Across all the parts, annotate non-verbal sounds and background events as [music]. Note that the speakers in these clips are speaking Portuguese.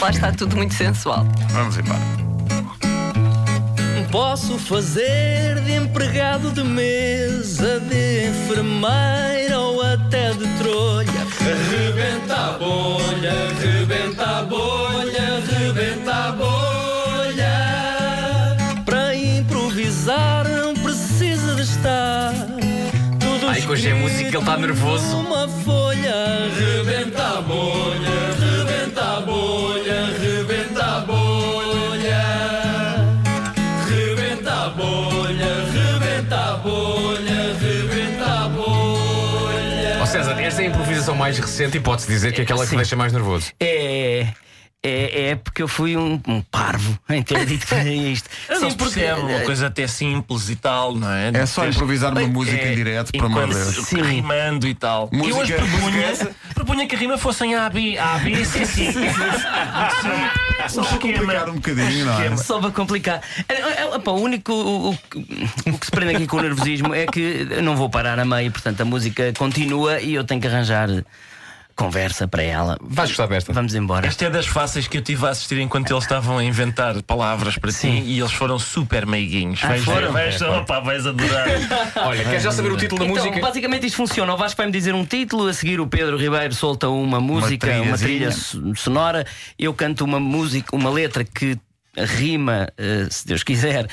Lá está tudo muito sensual. Vamos embora. Posso fazer de empregado de mesa, de enfermeira ou até de trolha. Rebenta a bolha, rebenta a bolha, rebenta a bolha. Para improvisar não precisa de estar. Tudo Ai, que hoje é escrito música, ele tá está nervoso. Numa folha. Rebenta a bolha, rebenta a bolha, rebenta a bolha. Rebenta a bolha, rebenta a bolha, rebenta a bolha. Ó César, esta é a improvisação mais recente e pode-se dizer que é aquela que Sim. deixa mais nervoso. É, é, é porque eu fui um, um parvo em ter [laughs] dito que fazia isto. Não se percebe, é uma coisa até simples e tal, não é? É só improvisar uma música em direto, por amor de Deus. Enquanto se- rimando e tal. Música- eu hoje propunha, propunha que a rima fosse em A, B, A, B, C, C. Só Vamos complicar um bocadinho, não é? Só para complicar. É, é, é, pá, o único o, o que- o que se prende aqui com o nervosismo é que eu não vou parar a meio, portanto a música continua e eu tenho que arranjar conversa para ela. Vais gostar desta? Vamos embora. Esta é das fáceis que eu tive a assistir enquanto eles estavam a inventar palavras para ti e eles foram super meiguinhos. vais ver, foram? Vais, opa, vais adorar. Olha, queres já saber o título da Então, música? basicamente isto funciona. O Vasco vai-me dizer um título, a seguir o Pedro Ribeiro solta uma música, trilhazinha. uma trilha so- sonora, eu canto uma música, uma letra que rima, eh, se Deus quiser,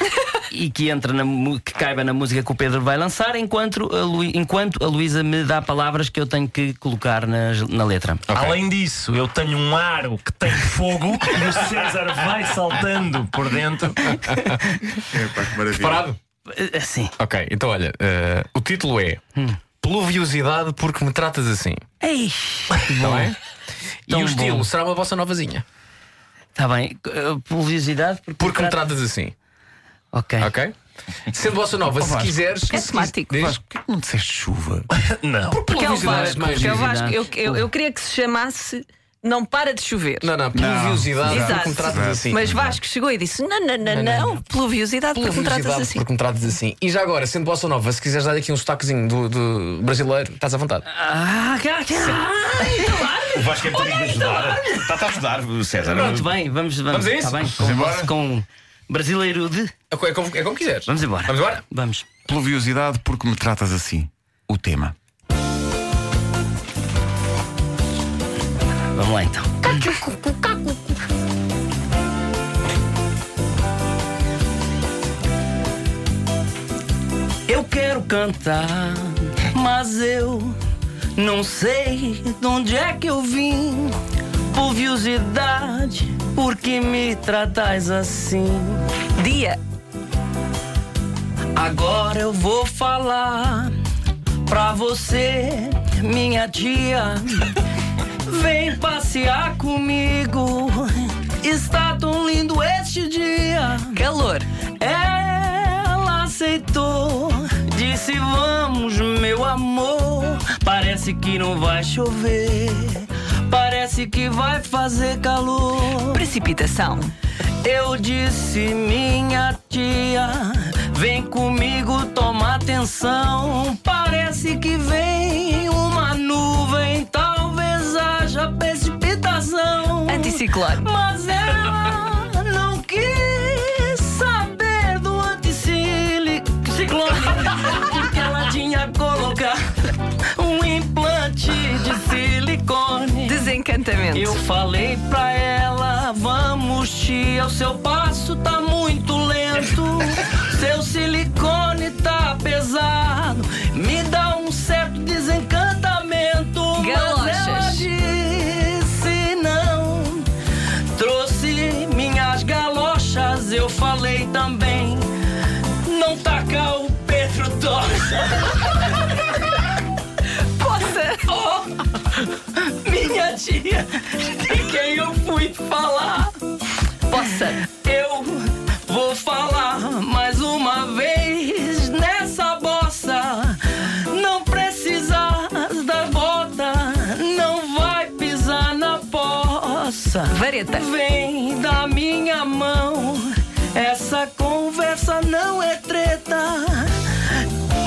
e que entra na mu- que caiba na música que o Pedro vai lançar, enquanto a, Lu- enquanto a Luísa me dá palavras que eu tenho que colocar na, na letra. Além disso, eu tenho um aro que tem fogo e o César vai saltando por dentro. Epá, que maravilha. Parado? Eh, Assim. Ok, então olha, eh, o título é Hum. Pluviosidade porque me tratas assim. Ei, Não é? E Tão o estilo bom. será uma bossa novazinha. Está bem. Eh, Publicidade. porque Porque me tra- tratas assim. Ok. Ok? Sendo bossa nova, se quiseres. É se quis- temático. Diz? Vasco, porquê que não disseste chuva? Não. Porque é o Pluviosidade, Vasco. Porque é o Vasco. Eu, pluviosidade. eu, eu queria que se chamasse Não Para de Chover. Não, não, pluviosidade Exato. porque me tratas Exato. assim. Mas Vasco chegou e disse: Não, não, não, não, pluviosidade, porque me tratas Pluviosidade assim. porque me tratas assim. E já agora, sendo bossa nova, se quiseres dar aqui um sotaquezinho do, do brasileiro, estás à vontade. Ah, cá, cá. O Vasco é muito amigo de então, ajudar. Está-te a ajudar, César. Pronto, bem, vamos, vamos, Vamos a isso? Tá bem, com, embora? com brasileiro de. É co- é como, é como quiseres. Vamos embora. Vamos embora? Vamos. Pluviosidade porque me tratas assim. O tema. Vamos lá então. Eu quero cantar, mas eu não sei de onde é que eu vim. Pluviosidade, porque me tratas assim? Dia. Agora eu vou falar pra você, minha tia. Vem passear comigo. Está tão lindo este dia. Calor. Ela aceitou, disse vamos, meu amor. Parece que não vai chover, parece que vai fazer calor. Precipitação. Eu disse, minha tia, vem comigo tomar atenção. Parece que vem uma nuvem, talvez haja precipitação. É Anticiclone. Mas ela não quis saber do anticiclone Porque ela tinha colocado um implante de silicone Desencantamento. eu falei pra ela, vamos tia, o seu passo tá muito lento. Seu silicone tá pesado, me dá um certo desencantamento. Mas ela Galochas. disse não, trouxe minhas galochas, eu falei também. Não taca o Pedro Tocha, Poça. [laughs] minha tia, de quem eu fui falar. Poça. Eu vou falar mais uma vez nessa bossa. Não precisa da bota, não vai pisar na poça. Vareta. Vem da minha mão, essa conversa não é treta.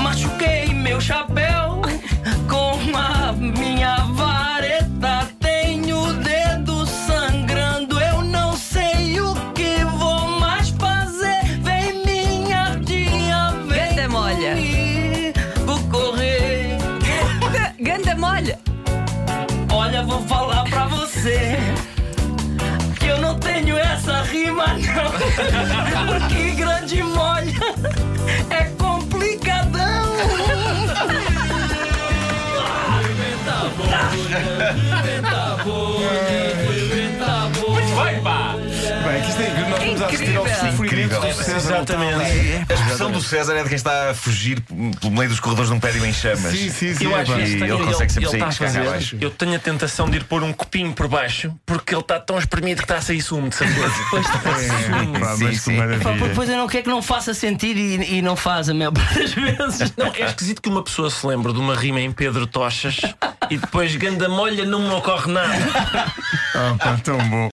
Machuquei meu chapéu com a minha vareta. Tenho o dedo sangrando, eu rima não. [laughs] Porque grande e molha é complicadão. Vai, pá! Bem, que isto é, nós vamos assistir ao Incrível. sofrimento do Incrível. César Exatamente. Natal. É, A expressão do César é de quem está a fugir pelo meio dos corredores de um prédio em chamas. Sim, sim, sim. Eu é, acho pá. que E este ele aí, consegue sempre ele sair tá a descarga fazer- abaixo. Eu tenho a tentação de ir pôr um copinho por baixo porque ele está tão espremido que está a sair sumo de [laughs] sabor. É, pá, Sim, mas que sim. Pá, maravilha. porque Depois eu é, não quero que não faça sentido e, e não faz a maior parte das vezes. Não, é esquisito que uma pessoa se lembre de uma rima em Pedro Tochas e depois ganda molha não me ocorre nada. Ah, pá, tão bom.